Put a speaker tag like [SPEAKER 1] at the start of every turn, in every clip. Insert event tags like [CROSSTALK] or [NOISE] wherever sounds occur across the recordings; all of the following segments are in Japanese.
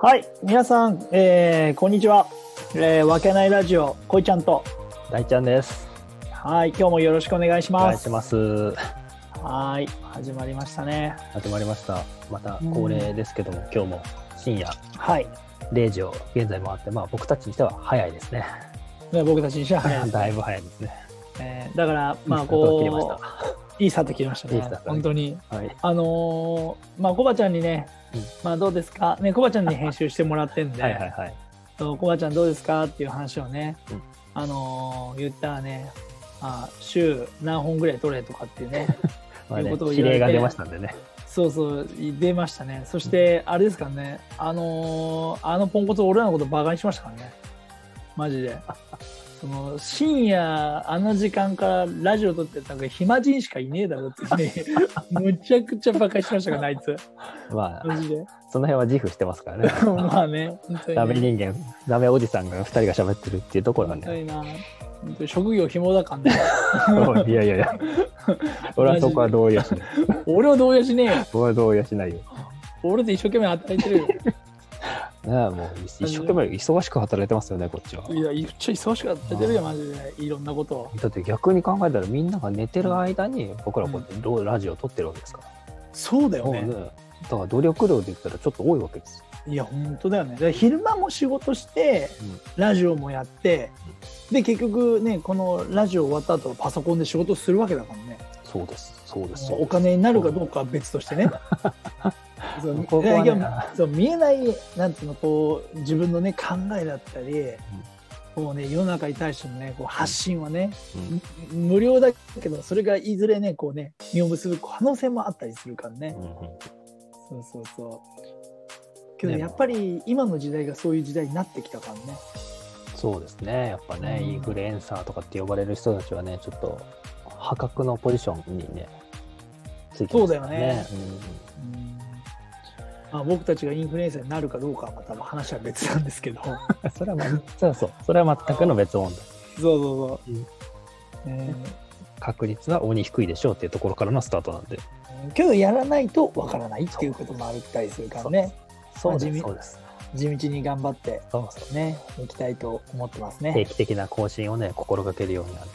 [SPEAKER 1] はい、皆さん、えーこんにちは。えーわけないラジオ、こいちゃんと。
[SPEAKER 2] 大ちゃんです。
[SPEAKER 1] はい、今日もよろしくお願いし
[SPEAKER 2] お願
[SPEAKER 1] ま
[SPEAKER 2] いし
[SPEAKER 1] す。
[SPEAKER 2] ます。
[SPEAKER 1] はい、始まりましたね。
[SPEAKER 2] 始まりました。また恒例ですけども、今日も深夜
[SPEAKER 1] はい、
[SPEAKER 2] 0時を現在回って、まあ僕たちにしては早いですね。
[SPEAKER 1] ね僕たちにしては早い
[SPEAKER 2] [LAUGHS] だいぶ早いですね。
[SPEAKER 1] えーだから、
[SPEAKER 2] [LAUGHS]
[SPEAKER 1] まあ、
[SPEAKER 2] いいスタートが切れま
[SPEAKER 1] こ
[SPEAKER 2] し
[SPEAKER 1] う、いいスタート切りました
[SPEAKER 2] いい
[SPEAKER 1] ね
[SPEAKER 2] スター。ト
[SPEAKER 1] 本当に。
[SPEAKER 2] た。はい。
[SPEAKER 1] あのーまあ、コバちゃんにね
[SPEAKER 2] うん、
[SPEAKER 1] まあ、どうですかね、コバちゃんに編集してもらってんで、
[SPEAKER 2] はいはいはい。
[SPEAKER 1] とコバちゃんどうですかっていう話をね、
[SPEAKER 2] うん
[SPEAKER 1] あのー言ったらね、あ週何本ぐらい取れとかっていうね、
[SPEAKER 2] ま
[SPEAKER 1] と
[SPEAKER 2] あ
[SPEAKER 1] い
[SPEAKER 2] ね
[SPEAKER 1] うことを、
[SPEAKER 2] 指
[SPEAKER 1] 言われて
[SPEAKER 2] 令が出ましたんでね。
[SPEAKER 1] そうそう、出ましたね。そして、あれですからね、あのーあのポンコツ、俺らのことバカにしましたからね。マジで。 [LAUGHS] その深夜、あの時間からラジオ撮ってたら、暇人しかいねえだろってね、 [LAUGHS] むちゃくちゃバカにしましたからね、あいつ。
[SPEAKER 2] まあ、
[SPEAKER 1] マジで。。
[SPEAKER 2] その辺は自負してますからね
[SPEAKER 1] [LAUGHS] まあね、本当にね、
[SPEAKER 2] ダメ人間、ダメおじさんが2人が喋ってるっていうところは
[SPEAKER 1] 本当
[SPEAKER 2] ね。
[SPEAKER 1] にな。本当に職業紐だからね。
[SPEAKER 2] [LAUGHS] いやいやいや。俺はそこは同意はしない。
[SPEAKER 1] 俺は同意はしねえよ。
[SPEAKER 2] 俺は同意はしないよ。
[SPEAKER 1] 俺で一生懸命働いてるよ。
[SPEAKER 2] ねえもう一生懸命忙しく働いてますよね、こっちは。
[SPEAKER 1] いや、めっちゃ忙しく働いてるよ、マジで。いろんなことを。
[SPEAKER 2] だって逆に考えたらみんなが寝てる間に僕らこうやってどうラジオを撮ってるわけですから、
[SPEAKER 1] そうだよね。
[SPEAKER 2] もうねだから努力量で言ったらちょっと多いわけですよ
[SPEAKER 1] いや本当だよねだから昼間も仕事して、ラジオもやってで結局ねこのラジオ終わった後パソコンで仕事するわけだからね
[SPEAKER 2] そうですそうです
[SPEAKER 1] お金になるかどうかは別として
[SPEAKER 2] [LAUGHS]
[SPEAKER 1] ねそう
[SPEAKER 2] ここはね
[SPEAKER 1] いやそう見えないなんていうのこう自分のね考えだったり、こうね世の中に対してのねこう発信はね、
[SPEAKER 2] うん
[SPEAKER 1] 無料だけどそれがいずれねこうね実を結ぶ可能性もあったりするからね、
[SPEAKER 2] うんうん
[SPEAKER 1] そうそうそう。けど
[SPEAKER 2] でも
[SPEAKER 1] やっぱり今の時代がそういう時代になってきたからね。
[SPEAKER 2] そうですねやっぱね、
[SPEAKER 1] うん
[SPEAKER 2] インフルエンサーとかって呼ばれる人たちはねちょっと破格のポジションにねついてますから
[SPEAKER 1] そうまあ、僕たちがインフルエンサーになるかどうかはまた話は別なんですけど。そう
[SPEAKER 2] うん [LAUGHS] それはまそうそうそれは全くの別問題
[SPEAKER 1] そうそうう。ね
[SPEAKER 2] 確率は鬼低いでしょうっていうところからのスタートなんで
[SPEAKER 1] けどやらないとわからないっていうこともあったりするからね。
[SPEAKER 2] そうで
[SPEAKER 1] 真面目
[SPEAKER 2] すそうです
[SPEAKER 1] 地道に頑張って
[SPEAKER 2] そうそう
[SPEAKER 1] ね、いきたいと思ってます
[SPEAKER 2] 定
[SPEAKER 1] ね。
[SPEAKER 2] 期的な更新をね心がけるようになる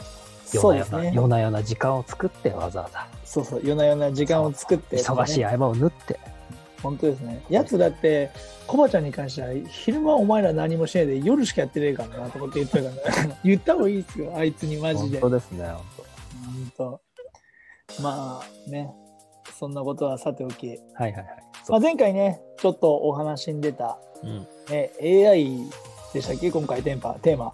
[SPEAKER 1] そうで
[SPEAKER 2] 夜な夜
[SPEAKER 1] す
[SPEAKER 2] な,、
[SPEAKER 1] ね。
[SPEAKER 2] 夜な夜な時間を作ってわざわざ
[SPEAKER 1] そうそう。夜な夜な時間を作って、
[SPEAKER 2] 忙しい合間を縫って
[SPEAKER 1] 本当ですね。やつだって、コバちゃんに関しては、昼間お前ら何もしないで、夜しかやってねえからなとかって言ってたから、 [LAUGHS] ね、言った方がいいですよ、あいつにマジ
[SPEAKER 2] 本
[SPEAKER 1] で。
[SPEAKER 2] 当
[SPEAKER 1] 本
[SPEAKER 2] ですね本
[SPEAKER 1] 当まあね、そんなことはさておき、
[SPEAKER 2] 当はいはいはいそ
[SPEAKER 1] まあ、
[SPEAKER 2] う、
[SPEAKER 1] 前回ね、ちょっとお話に出た、ね、AI でしたっけ、今回テーマ、テーマ、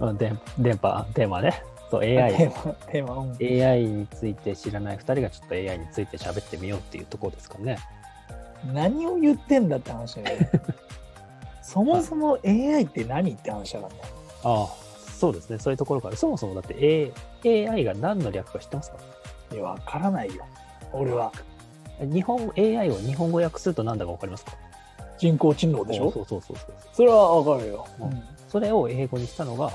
[SPEAKER 2] うん、電電波テーマねそう
[SPEAKER 1] テ
[SPEAKER 2] AI
[SPEAKER 1] ーマ、テーマ、うん、
[SPEAKER 2] AI について知らない2人がちょっと AI について喋ってみようっていうところですかね
[SPEAKER 1] 何を言ってんだって話だよ
[SPEAKER 2] [LAUGHS]
[SPEAKER 1] ね。そもそも AI って何って話だからね。
[SPEAKER 2] ああそうですねそういうところからそもそもだって A- AI が何の略か知ってますか
[SPEAKER 1] いや、わからないよ、俺は。
[SPEAKER 2] 日本 AI を日本語訳すると何だか分かりますか
[SPEAKER 1] 人工知能でしょ
[SPEAKER 2] そうそうそうそうそう
[SPEAKER 1] それはわかるよ。
[SPEAKER 2] うんそれを英語にしたのが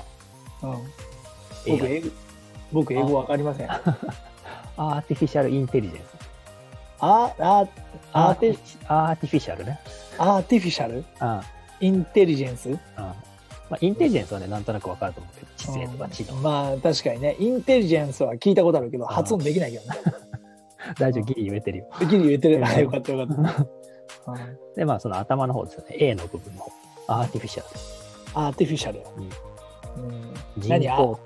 [SPEAKER 1] 僕
[SPEAKER 2] AI
[SPEAKER 1] 英語、僕英語わかりません。あ
[SPEAKER 2] アーティフィシャルインテリジェンス
[SPEAKER 1] あアーティ
[SPEAKER 2] アーティフィシャルね。
[SPEAKER 1] アーティフィシャル
[SPEAKER 2] あ
[SPEAKER 1] インテリジェンス
[SPEAKER 2] あああまあ、インテリジェンスはね、なんとなくわかると思うけど、知性とか知
[SPEAKER 1] うん
[SPEAKER 2] 能。
[SPEAKER 1] まあ確かにね、インテリジェンスは聞いたことあるけど、
[SPEAKER 2] うん
[SPEAKER 1] 発音できないけどね。
[SPEAKER 2] 大丈夫、ギリ言えてるよ。
[SPEAKER 1] できる言えてる。
[SPEAKER 2] うん
[SPEAKER 1] あよかったよかった。うん
[SPEAKER 2] で、まあ、その頭の方ですよね。A の部分の方。アーティフィシャルです。
[SPEAKER 1] アーティフィシャル。うん
[SPEAKER 2] 人
[SPEAKER 1] 何あ
[SPEAKER 2] 工、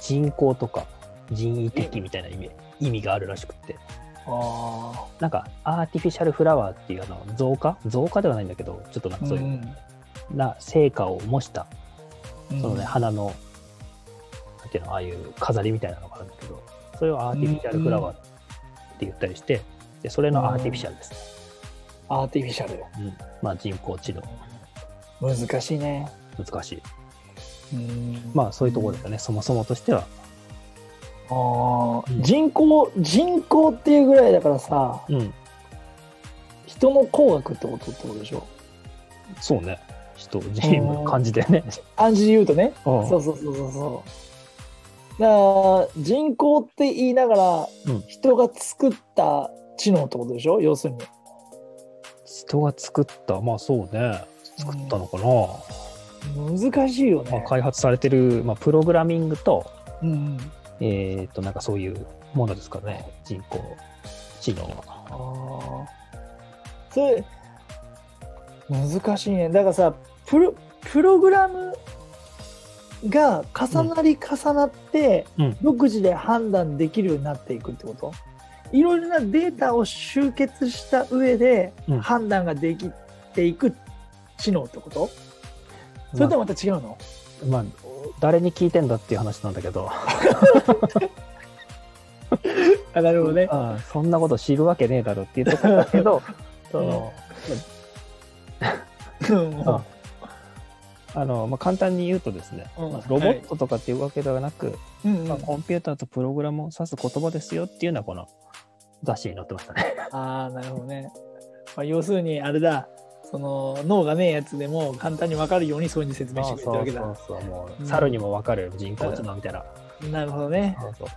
[SPEAKER 2] 人工とか、人為的みたいな意味意味があるらしくって。
[SPEAKER 1] あ
[SPEAKER 2] なんか、アーティフィシャルフラワーっていう、あの、造花造花ではないんだけど、ちょっとなん
[SPEAKER 1] ー
[SPEAKER 2] かそういう、
[SPEAKER 1] ん
[SPEAKER 2] な、成果を模した、
[SPEAKER 1] うん
[SPEAKER 2] そのね、花の、なんていうの、ああいう飾りみたいなのがあるんだけど、それをアーティフィシャルフラワーって言ったりして、でそれのアーティフィシャルですね。
[SPEAKER 1] アーティフィシャル。
[SPEAKER 2] まあ、人工知能
[SPEAKER 1] 難しいね。
[SPEAKER 2] 難しい
[SPEAKER 1] うん
[SPEAKER 2] まあそういうところですよね、そもそもとしては
[SPEAKER 1] あー
[SPEAKER 2] うん
[SPEAKER 1] 人工、人工っていうぐらいだからさ、
[SPEAKER 2] うん
[SPEAKER 1] 人の工学ってことってことでしょ
[SPEAKER 2] そうね人人
[SPEAKER 1] う
[SPEAKER 2] の
[SPEAKER 1] ん
[SPEAKER 2] 感じでね
[SPEAKER 1] 暗示で言うとね、
[SPEAKER 2] [LAUGHS] うん
[SPEAKER 1] そうそうそうそうそうだから人口って言いながら、
[SPEAKER 2] うん
[SPEAKER 1] 人が作った知能ってことでしょ要するに
[SPEAKER 2] 人が作ったまあそうね作ったのかな、
[SPEAKER 1] 難しいよね。
[SPEAKER 2] まあ、開発されてる、まあ、プログラミングと,、
[SPEAKER 1] うんうん、
[SPEAKER 2] えー、となんかそういうものですからね人工知能は。
[SPEAKER 1] あーそれ難しいねだからさプロプログラムが重なり重なって、
[SPEAKER 2] うん
[SPEAKER 1] 独自で判断できるようになっていくってこといろいろなデータを集結した上で
[SPEAKER 2] うん
[SPEAKER 1] 判断ができていく知能ってこと、それともまた違うの
[SPEAKER 2] まあ、誰に聞いてんだっていう話なんだけど、
[SPEAKER 1] あなるほどね。
[SPEAKER 2] うん [LAUGHS] そんなこと知るわけねえだろっていうところだけ
[SPEAKER 1] [LAUGHS]
[SPEAKER 2] どその
[SPEAKER 1] うん
[SPEAKER 2] ああのまあ、簡単に言うとですね、
[SPEAKER 1] うん
[SPEAKER 2] まあロボットとかっていうわけではなく、
[SPEAKER 1] うんうん
[SPEAKER 2] まあ、コンピューターとプログラムを指す言葉ですよっていうのはこの雑誌に載ってました
[SPEAKER 1] [LAUGHS]
[SPEAKER 2] ね。
[SPEAKER 1] ああなるほどね、まあ、要するにあれだその脳がねえやつでも簡単に分かるようにそういうふうに説明してくれたわけだ
[SPEAKER 2] そうそうそうもう
[SPEAKER 1] うん
[SPEAKER 2] 猿にも分かる人工知能みたいな、
[SPEAKER 1] なるほどね
[SPEAKER 2] そうそう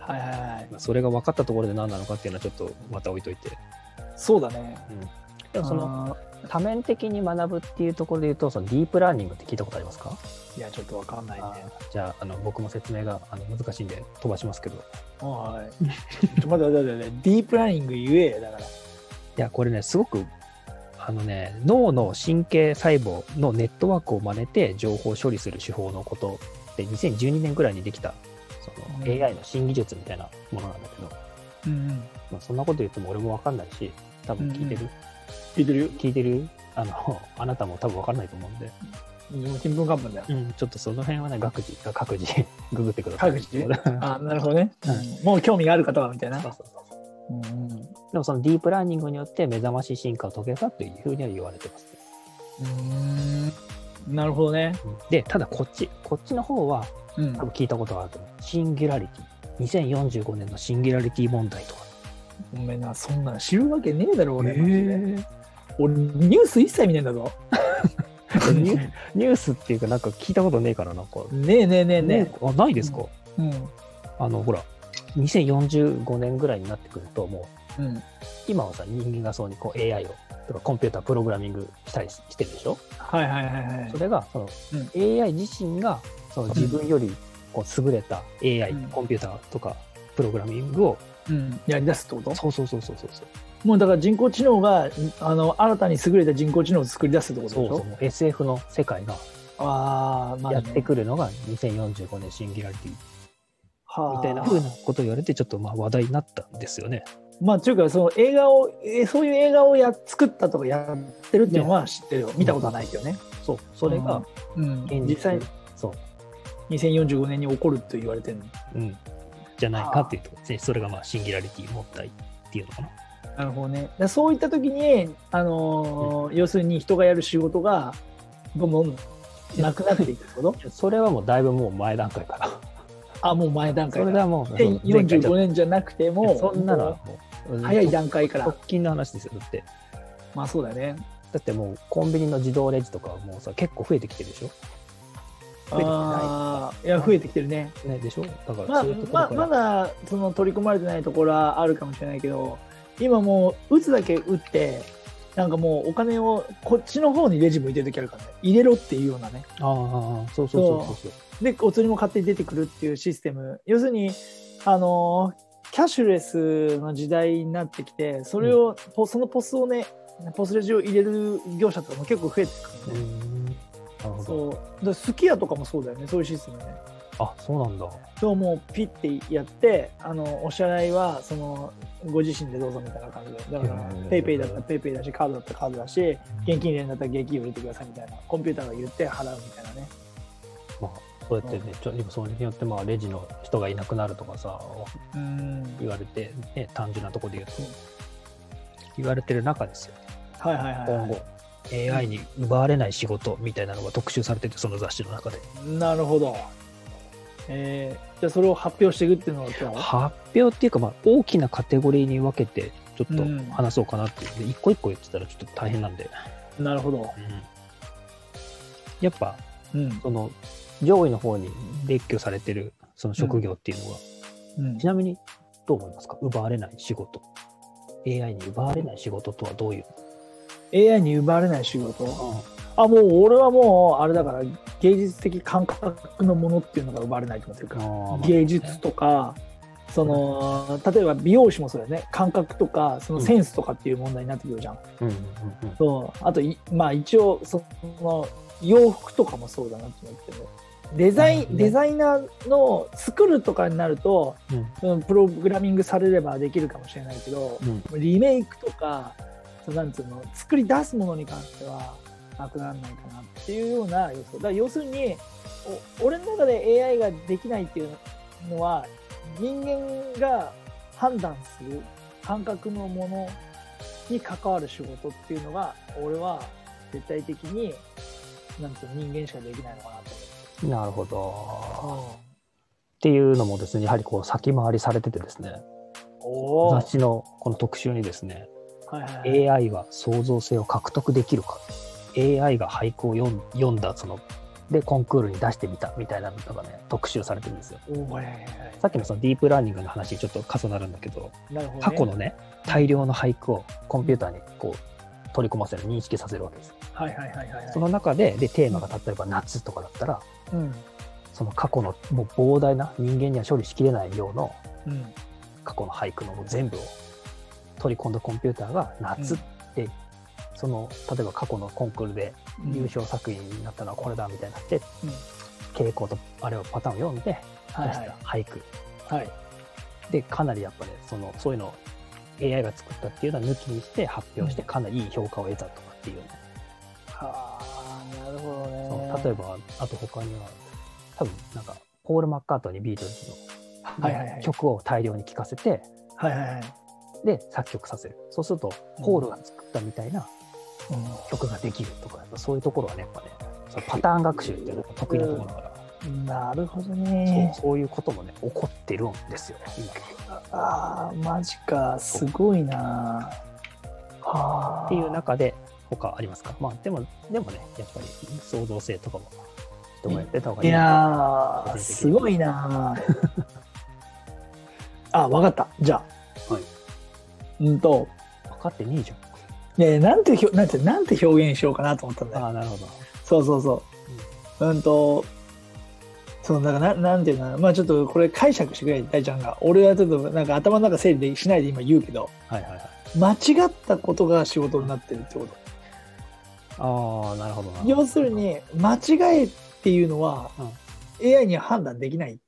[SPEAKER 1] はいはいはい
[SPEAKER 2] まあそれが分かったところで何なのかっていうのはちょっとまた置いといて、
[SPEAKER 1] そうだね
[SPEAKER 2] でもその
[SPEAKER 1] の
[SPEAKER 2] 多面的に学ぶっていうところで言うとそのディープラーニングって聞いたことありますか
[SPEAKER 1] いやちょっと分かんないね
[SPEAKER 2] じゃああの僕も説明があの難しいんで飛ばしますけどい
[SPEAKER 1] はいちょまだまだだね [LAUGHS] ディープラーニング言えよだから
[SPEAKER 2] やこれねすごくあのね脳の神経細胞のネットワークを真似て情報処理する手法のことで2012年ぐらいにできたその
[SPEAKER 1] うん
[SPEAKER 2] AI の新技術みたいなものなんだけど、
[SPEAKER 1] うん
[SPEAKER 2] まあ、そんなこと言っても俺も分かんないし多分聞いてる、
[SPEAKER 1] 聞いてるよ
[SPEAKER 2] 聞いてるあの [LAUGHS] あなたも多分分からないと思うんで、
[SPEAKER 1] でも新聞看板だよ
[SPEAKER 2] ちょっとその辺はね各自あ各自 [LAUGHS] ググってください
[SPEAKER 1] 各自
[SPEAKER 2] そう
[SPEAKER 1] あなるほどね、
[SPEAKER 2] うん
[SPEAKER 1] もう興味がある方はみたいな
[SPEAKER 2] そうそ
[SPEAKER 1] う
[SPEAKER 2] う
[SPEAKER 1] んうんう
[SPEAKER 2] でもそのディープラーニングによって目覚ましい進化を遂げたというふうには言われてます、
[SPEAKER 1] ーんなるほどね
[SPEAKER 2] でただこっちこっちの方は
[SPEAKER 1] うん
[SPEAKER 2] 多分聞いたことがあると思うシンギュラリティ2045年のシンギュラリティ問題とか
[SPEAKER 1] ごめんなそんなの知るわけねえだろ俺、
[SPEAKER 2] えー
[SPEAKER 1] マジで俺ニュース一切見ないんだぞ
[SPEAKER 2] ニュニュースっていうかなんか聞いたことねえからなんか、
[SPEAKER 1] ねえねえねえね
[SPEAKER 2] あないですか、
[SPEAKER 1] え、うん
[SPEAKER 2] あのほら2045年ぐらいになってくるとも
[SPEAKER 1] う
[SPEAKER 2] う
[SPEAKER 1] ん、
[SPEAKER 2] 今はさ人間がそうにこう AI をとかコンピュータープログラミングしたりししてるでしょ
[SPEAKER 1] はいはいはいはい
[SPEAKER 2] それがその、
[SPEAKER 1] う
[SPEAKER 2] AI 自身がその自分よりこう優れた AI、
[SPEAKER 1] うん
[SPEAKER 2] コンピューターとかプログラミングを、
[SPEAKER 1] うん、やりだすってこと
[SPEAKER 2] そうそうそうそうそうそう
[SPEAKER 1] もうだから人工知能があの新たに優れた人工知能を作り出すってこと
[SPEAKER 2] そ
[SPEAKER 1] で
[SPEAKER 2] う
[SPEAKER 1] しょ
[SPEAKER 2] そうもう SF の世界が
[SPEAKER 1] ああまあ、ね、
[SPEAKER 2] やってくるのが2045年シンギュラリティ
[SPEAKER 1] はあ
[SPEAKER 2] みたいなふうなことを言われてちょっとまあ話題になったんですよね。
[SPEAKER 1] まあというかその映画をえそういう映画をや作ったとかやってるっていうのは知ってるよ、見たことはないけどね、
[SPEAKER 2] そうそれが
[SPEAKER 1] うん
[SPEAKER 2] 現実、
[SPEAKER 1] 実際
[SPEAKER 2] そう、
[SPEAKER 1] 2045年に起こると言われてるの
[SPEAKER 2] うん、じゃないかっていうところですねそれがまあシンギュラリティ問題っていうのかな。
[SPEAKER 1] なるほどね。だからそういった時に、あのー要するに人がやる仕事がどんどんなくなっていくって
[SPEAKER 2] [LAUGHS]
[SPEAKER 1] こと
[SPEAKER 2] それはもうだいぶもう前段階から。
[SPEAKER 1] あもう前段
[SPEAKER 2] そ
[SPEAKER 1] 階か
[SPEAKER 2] れは
[SPEAKER 1] ら。
[SPEAKER 2] もう
[SPEAKER 1] で
[SPEAKER 2] 前回ちょ
[SPEAKER 1] 45
[SPEAKER 2] っ
[SPEAKER 1] 年じゃなくて
[SPEAKER 2] と
[SPEAKER 1] も
[SPEAKER 2] そんなのはもう
[SPEAKER 1] 早い段階から
[SPEAKER 2] 直近の話ですよだって
[SPEAKER 1] まあそうだね。
[SPEAKER 2] だってもうコンビニの自動レジとかはもうさ結構増えてきてるでしょ増えてきて
[SPEAKER 1] あーいや増えてきてるね。
[SPEAKER 2] ないねでしょだから
[SPEAKER 1] まあ
[SPEAKER 2] そういうとこ
[SPEAKER 1] ま
[SPEAKER 2] ろ
[SPEAKER 1] あ
[SPEAKER 2] か
[SPEAKER 1] ま
[SPEAKER 2] ら、
[SPEAKER 1] だその取り込まれてないところはあるかもしれないけど、今もう打つだけ打って。なんかもうお金をこっちの方にレジ向いてる時あるからね入れろっていうようなね
[SPEAKER 2] あーあーそうそうそうそう
[SPEAKER 1] でお釣りも勝手に出てくるっていうシステム要するにあのキャッシュレスの時代になってきてそれを、ポそのポスをねポスレジを入れる業者とかも結構増えてく
[SPEAKER 2] そう
[SPEAKER 1] るね、
[SPEAKER 2] んなるほど
[SPEAKER 1] そうだすき家とかもそうだよねそういうシステムね
[SPEAKER 2] あそうなんだ
[SPEAKER 1] そうもうピッてやってあのお支払いはそのご自身でどうぞみたいな感じでだから
[SPEAKER 2] うん
[SPEAKER 1] ペイペイだったらペイペイだしカードだったらカードだし現金入れるんだったら現金入れてくださいみたいなコンピューターが言って払うみたいなね
[SPEAKER 2] まあそうやってねちょ今それによってまあレジの人がいなくなるとかさ
[SPEAKER 1] うん
[SPEAKER 2] 言われてね単純なところで言うと言われてる中ですよ
[SPEAKER 1] はいはいはい、は
[SPEAKER 2] 今
[SPEAKER 1] い、
[SPEAKER 2] 後 AI に奪われない仕事みたいなのが特集されててその雑誌の中で
[SPEAKER 1] なるほど。えー、じゃあそれを発表していくっていうのが今日
[SPEAKER 2] 発表っていうか、まあ、大きなカテゴリーに分けてちょっと
[SPEAKER 1] うん
[SPEAKER 2] 話そうかなっていう、で一個一個言ってたらちょっと大変なんで、
[SPEAKER 1] なるほど。
[SPEAKER 2] やっぱ
[SPEAKER 1] うん。
[SPEAKER 2] その上位の方に列挙されてるその職業っていうのは、
[SPEAKER 1] うん
[SPEAKER 2] ちなみにどう思いますか奪われない仕事 AI に奪われない仕事とはどういう、
[SPEAKER 1] AI に奪われない仕事。ああ、もう俺はもう、あれだから、芸術的感覚のものっていうのが生まれないと思ってるから。芸術とか、その例えば美容師もそうだよね感覚とかそのセンスとかっていう問題になってくるじゃん、
[SPEAKER 2] うんうんうん
[SPEAKER 1] そうあといまあ一応その洋服とかもそうだなと思ってるデザイン、
[SPEAKER 2] うん
[SPEAKER 1] デザイナーの作るとかになると、
[SPEAKER 2] うん
[SPEAKER 1] うん、プログラミングされればできるかもしれないけど、
[SPEAKER 2] うん
[SPEAKER 1] リメイクとかそうなんつうの作り出すものに関してはなくならないかなっていうような予想だから要するにお俺の中で AI ができないっていうのは人間が判断する感覚のものに関わる仕事っていうのが俺は絶対的になんつうの人間しかできないのかなと
[SPEAKER 2] うんなるほど。
[SPEAKER 1] 思う。
[SPEAKER 2] っていうのもですね、やはりこう先回りされててですね、
[SPEAKER 1] おお、は
[SPEAKER 2] 雑誌のこの特集にですね、
[SPEAKER 1] いはいはい
[SPEAKER 2] AI は創造性を獲得できるか AI が俳句を読ん読んだそのでコンクールに出してみたみたいなのがね特集されてるんですよ
[SPEAKER 1] おーはいはいは
[SPEAKER 2] さっきのそのディープラーニングの話にちょっと重なるんだけど
[SPEAKER 1] いなるほどね
[SPEAKER 2] 過去のね大量の俳句をコンピューターにこう取り込ませる認識させるわけです
[SPEAKER 1] はいはいはいはいはい
[SPEAKER 2] その中ででテーマが例えば夏とかだったら
[SPEAKER 1] うん
[SPEAKER 2] その過去のもう膨大な人間には処理しきれない量の
[SPEAKER 1] うん
[SPEAKER 2] 過去の俳句のもう全部を取り込んだコンピューターが夏って、その例えば過去のコンクールで
[SPEAKER 1] うん
[SPEAKER 2] 優勝作品になったのはこれだみたいになって、
[SPEAKER 1] うん
[SPEAKER 2] 傾向とあれをパターンを読んで出
[SPEAKER 1] はいは
[SPEAKER 2] し
[SPEAKER 1] い
[SPEAKER 2] た俳句、
[SPEAKER 1] はい
[SPEAKER 2] でかなりやっぱねそのそういうのを AI が作ったっていうのは抜きにして発表してかなりいい評価を得たとかっていうね、
[SPEAKER 1] はあなるほど
[SPEAKER 2] そ
[SPEAKER 1] ね
[SPEAKER 2] の例えばあと他には多分なんかポール・マッカートニービートルズ
[SPEAKER 1] はいはいはい
[SPEAKER 2] の曲を大量に聴かせて、
[SPEAKER 1] はいはいはい
[SPEAKER 2] で作曲させるそうするとポールが作ったみたいな曲ができるとか、やっぱそういうところはねやっぱねそのパターン学習っていうのが得意なところだから。
[SPEAKER 1] うんなるほど
[SPEAKER 2] そう
[SPEAKER 1] ね
[SPEAKER 2] そういうこともね起こってるんですよね今
[SPEAKER 1] ああマジかすごいなはあ
[SPEAKER 2] っていう中で他ありますかまあでもでもねやっぱり創造性とかも人がやってた方がい
[SPEAKER 1] い
[SPEAKER 2] いな
[SPEAKER 1] やーすごい
[SPEAKER 2] [LAUGHS]
[SPEAKER 1] なあわかったじゃあ
[SPEAKER 2] はい
[SPEAKER 1] うんと
[SPEAKER 2] 分かってねえじ
[SPEAKER 1] ねなんてひょなんてなんて表現しようかなと思ったんだ
[SPEAKER 2] ゃん
[SPEAKER 1] よ
[SPEAKER 2] ああなるほど
[SPEAKER 1] そうそうそううんとそうだからななんていうのかなまあちょっとこれ解釈してくれ大ちゃんが俺はちょっとなんか頭の中整理でしないで今言うけど
[SPEAKER 2] はいはいはい
[SPEAKER 1] 間違ったことが仕事になってるってこと
[SPEAKER 2] ああなるほどな
[SPEAKER 1] 要するに間違えっていうのは、AI には判断できない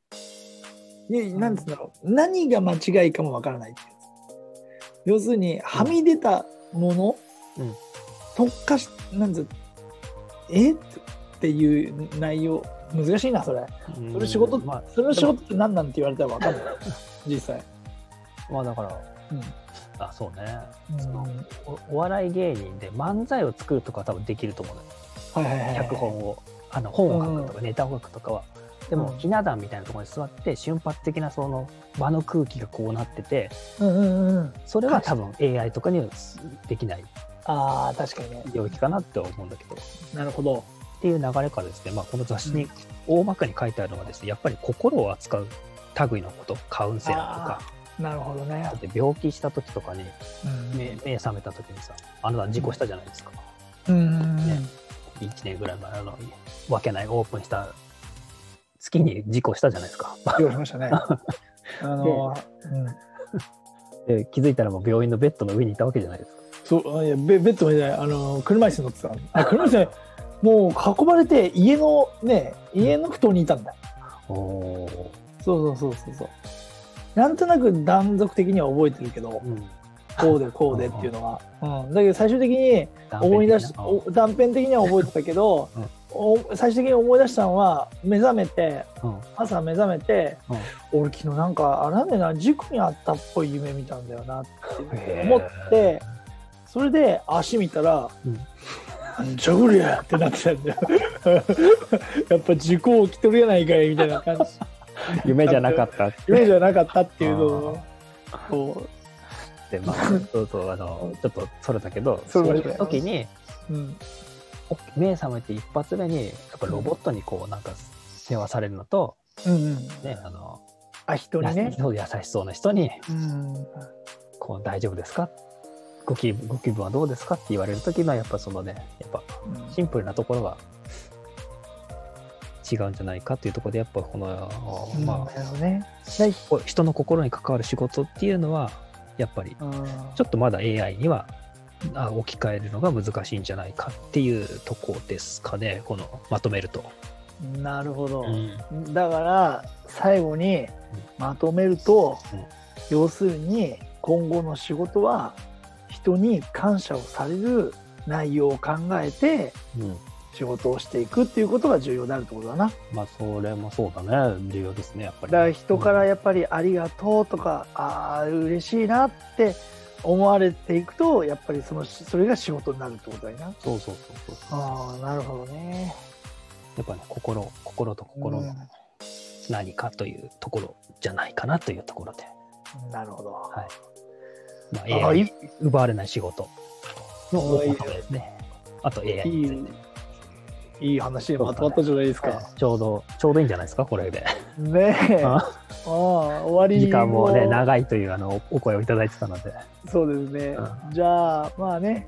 [SPEAKER 1] いなんつうんだろう何が間違いかもわからないってやつ要するにはみ出たもの、
[SPEAKER 2] うん
[SPEAKER 1] 特化しなんつうえっていう内容難しいなそれ
[SPEAKER 2] うん
[SPEAKER 1] それ仕事
[SPEAKER 2] まあ
[SPEAKER 1] それの仕事って何なんて言われたらわかんない [LAUGHS] 実際、
[SPEAKER 2] まあだから
[SPEAKER 1] うん
[SPEAKER 2] あそうね
[SPEAKER 1] うん
[SPEAKER 2] そのおお笑い芸人で漫才を作るとかは多分できると思うのよ
[SPEAKER 1] はいはいはい
[SPEAKER 2] 脚本をあの本を書くとかネタを書くとかはでも
[SPEAKER 1] うん
[SPEAKER 2] ひな壇みたいなところに座って瞬発的なその場の空気がこうなってて
[SPEAKER 1] うんうんうん
[SPEAKER 2] それは多分 AI とかにはできない
[SPEAKER 1] ああ確かにね
[SPEAKER 2] 領域かなって思うんだけどっ
[SPEAKER 1] なるほど
[SPEAKER 2] ていう流れからですね、まあ、この雑誌
[SPEAKER 1] う
[SPEAKER 2] に大まかに書いてあるのはですねやっぱり心を扱う類のことカウンセラーとか
[SPEAKER 1] なるほどね
[SPEAKER 2] だっ、て病気した時とかに
[SPEAKER 1] うん
[SPEAKER 2] 目目覚めた時にさあなた事故したじゃないですか
[SPEAKER 1] うんうんうん
[SPEAKER 2] ね1年ぐらい前あのわけないオープンした月に事故したじゃないです [LAUGHS] か
[SPEAKER 1] 用意しま [LAUGHS] したね。あのうん、
[SPEAKER 2] で気づいたらもう病院のベッドの上にいたわけじゃないですか
[SPEAKER 1] そうあいやベベッドみたいなあの車椅子に乗ってたの。あ車椅子じゃないもう運ばれて家のね家の布団にいたんだ。
[SPEAKER 2] おー
[SPEAKER 1] そうそうそうそうそう。なんとなく断続的には覚えてるけど
[SPEAKER 2] うん
[SPEAKER 1] こうでこうでっていうのは、うん、だけど最終的に思い出し
[SPEAKER 2] 断片的なう
[SPEAKER 1] お
[SPEAKER 2] ん
[SPEAKER 1] 断片的には覚えてたけど、
[SPEAKER 2] うん
[SPEAKER 1] お最終的に思い出したのは目覚めて
[SPEAKER 2] うん
[SPEAKER 1] 朝目覚めて、俺昨日なんかあれなんだよな事故にあったっぽい夢見たんだよなって思ってそれで足見たら
[SPEAKER 2] うん
[SPEAKER 1] 「なんじゃこりゃ!」ってなってたんだよ [LAUGHS] やっぱ事故起きとるやないかいみたいな
[SPEAKER 2] [LAUGHS]
[SPEAKER 1] 感じ
[SPEAKER 2] 夢じゃなかったっ
[SPEAKER 1] 夢じゃなかったっていうの
[SPEAKER 2] あー
[SPEAKER 1] をこ
[SPEAKER 2] て、まあ、そうそうあのちょっとそれたけど
[SPEAKER 1] そ
[SPEAKER 2] そ
[SPEAKER 1] れ
[SPEAKER 2] う
[SPEAKER 1] ま
[SPEAKER 2] い
[SPEAKER 1] した
[SPEAKER 2] う時に
[SPEAKER 1] う、うん、
[SPEAKER 2] お目覚めて一発目にやっぱロボットにこうなんか世話されるのと、
[SPEAKER 1] うんうん
[SPEAKER 2] ね、あの
[SPEAKER 1] あ人に
[SPEAKER 2] や
[SPEAKER 1] ね
[SPEAKER 2] そう優しそうな人に
[SPEAKER 1] うん
[SPEAKER 2] こう大丈夫ですかご気分ご気分はどうですかって言われる時のやっぱそのねやっぱ
[SPEAKER 1] うん
[SPEAKER 2] シンプルなところが違うんじゃないかっていうところでやっぱこの、
[SPEAKER 1] な
[SPEAKER 2] ま
[SPEAKER 1] るほどね。
[SPEAKER 2] あこう人の心に関わる仕事っていうのはやっぱり
[SPEAKER 1] うん
[SPEAKER 2] ちょっとまだ AI にはあ置き換えるのが難しいんじゃないかっていうとこですかねこのまとめると。
[SPEAKER 1] なるほど。
[SPEAKER 2] うん
[SPEAKER 1] だから最後にまとめると、
[SPEAKER 2] うん
[SPEAKER 1] 要するに今後の仕事は人に感謝をされる内容を考えて
[SPEAKER 2] うん
[SPEAKER 1] 仕事をしていくっていうことが重要であるってことだな。
[SPEAKER 2] まあそれもそうだね重要ですねやっぱり。
[SPEAKER 1] だから人からやっぱり「ありがとう」とか「ああ嬉しいな」って思われていくとやっぱりそのそれが仕事になるってことだよな。
[SPEAKER 2] そうそうそうそう。
[SPEAKER 1] ああなるほどね。
[SPEAKER 2] やっぱね心心と心
[SPEAKER 1] う
[SPEAKER 2] の
[SPEAKER 1] ん
[SPEAKER 2] 何かというところじゃないかなというところで、
[SPEAKER 1] なるほど。
[SPEAKER 2] まあ、
[SPEAKER 1] ああ
[SPEAKER 2] AI
[SPEAKER 1] い
[SPEAKER 2] に
[SPEAKER 1] い
[SPEAKER 2] 奪われない仕事の
[SPEAKER 1] ああいい
[SPEAKER 2] まとめですね。あと AI
[SPEAKER 1] い
[SPEAKER 2] について
[SPEAKER 1] いいい話でまとまったじゃないですか。
[SPEAKER 2] ちょうどちょうどいいんじゃないですかこれで。
[SPEAKER 1] ねえ。
[SPEAKER 2] あ
[SPEAKER 1] ああ終わり
[SPEAKER 2] 時間もね長いというあのお声をいただいてたので
[SPEAKER 1] そうですね、
[SPEAKER 2] う
[SPEAKER 1] じゃあまあね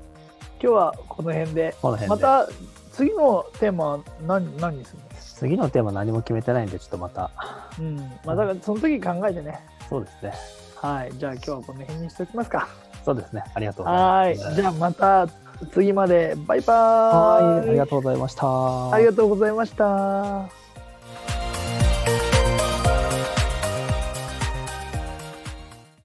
[SPEAKER 1] 今日はこの辺で
[SPEAKER 2] この辺で。
[SPEAKER 1] また次のテーマは何何にするんです
[SPEAKER 2] 次のテーマ何も決めてないんでちょっとまた
[SPEAKER 1] うんまあだからその時考えてね
[SPEAKER 2] そうですね
[SPEAKER 1] はいじゃあ今日はこの辺にしておきますか
[SPEAKER 2] そうですねありがとうございます
[SPEAKER 1] はいじゃあまた次までバイバーイ
[SPEAKER 2] はいありがとうございました
[SPEAKER 1] ありがとうございました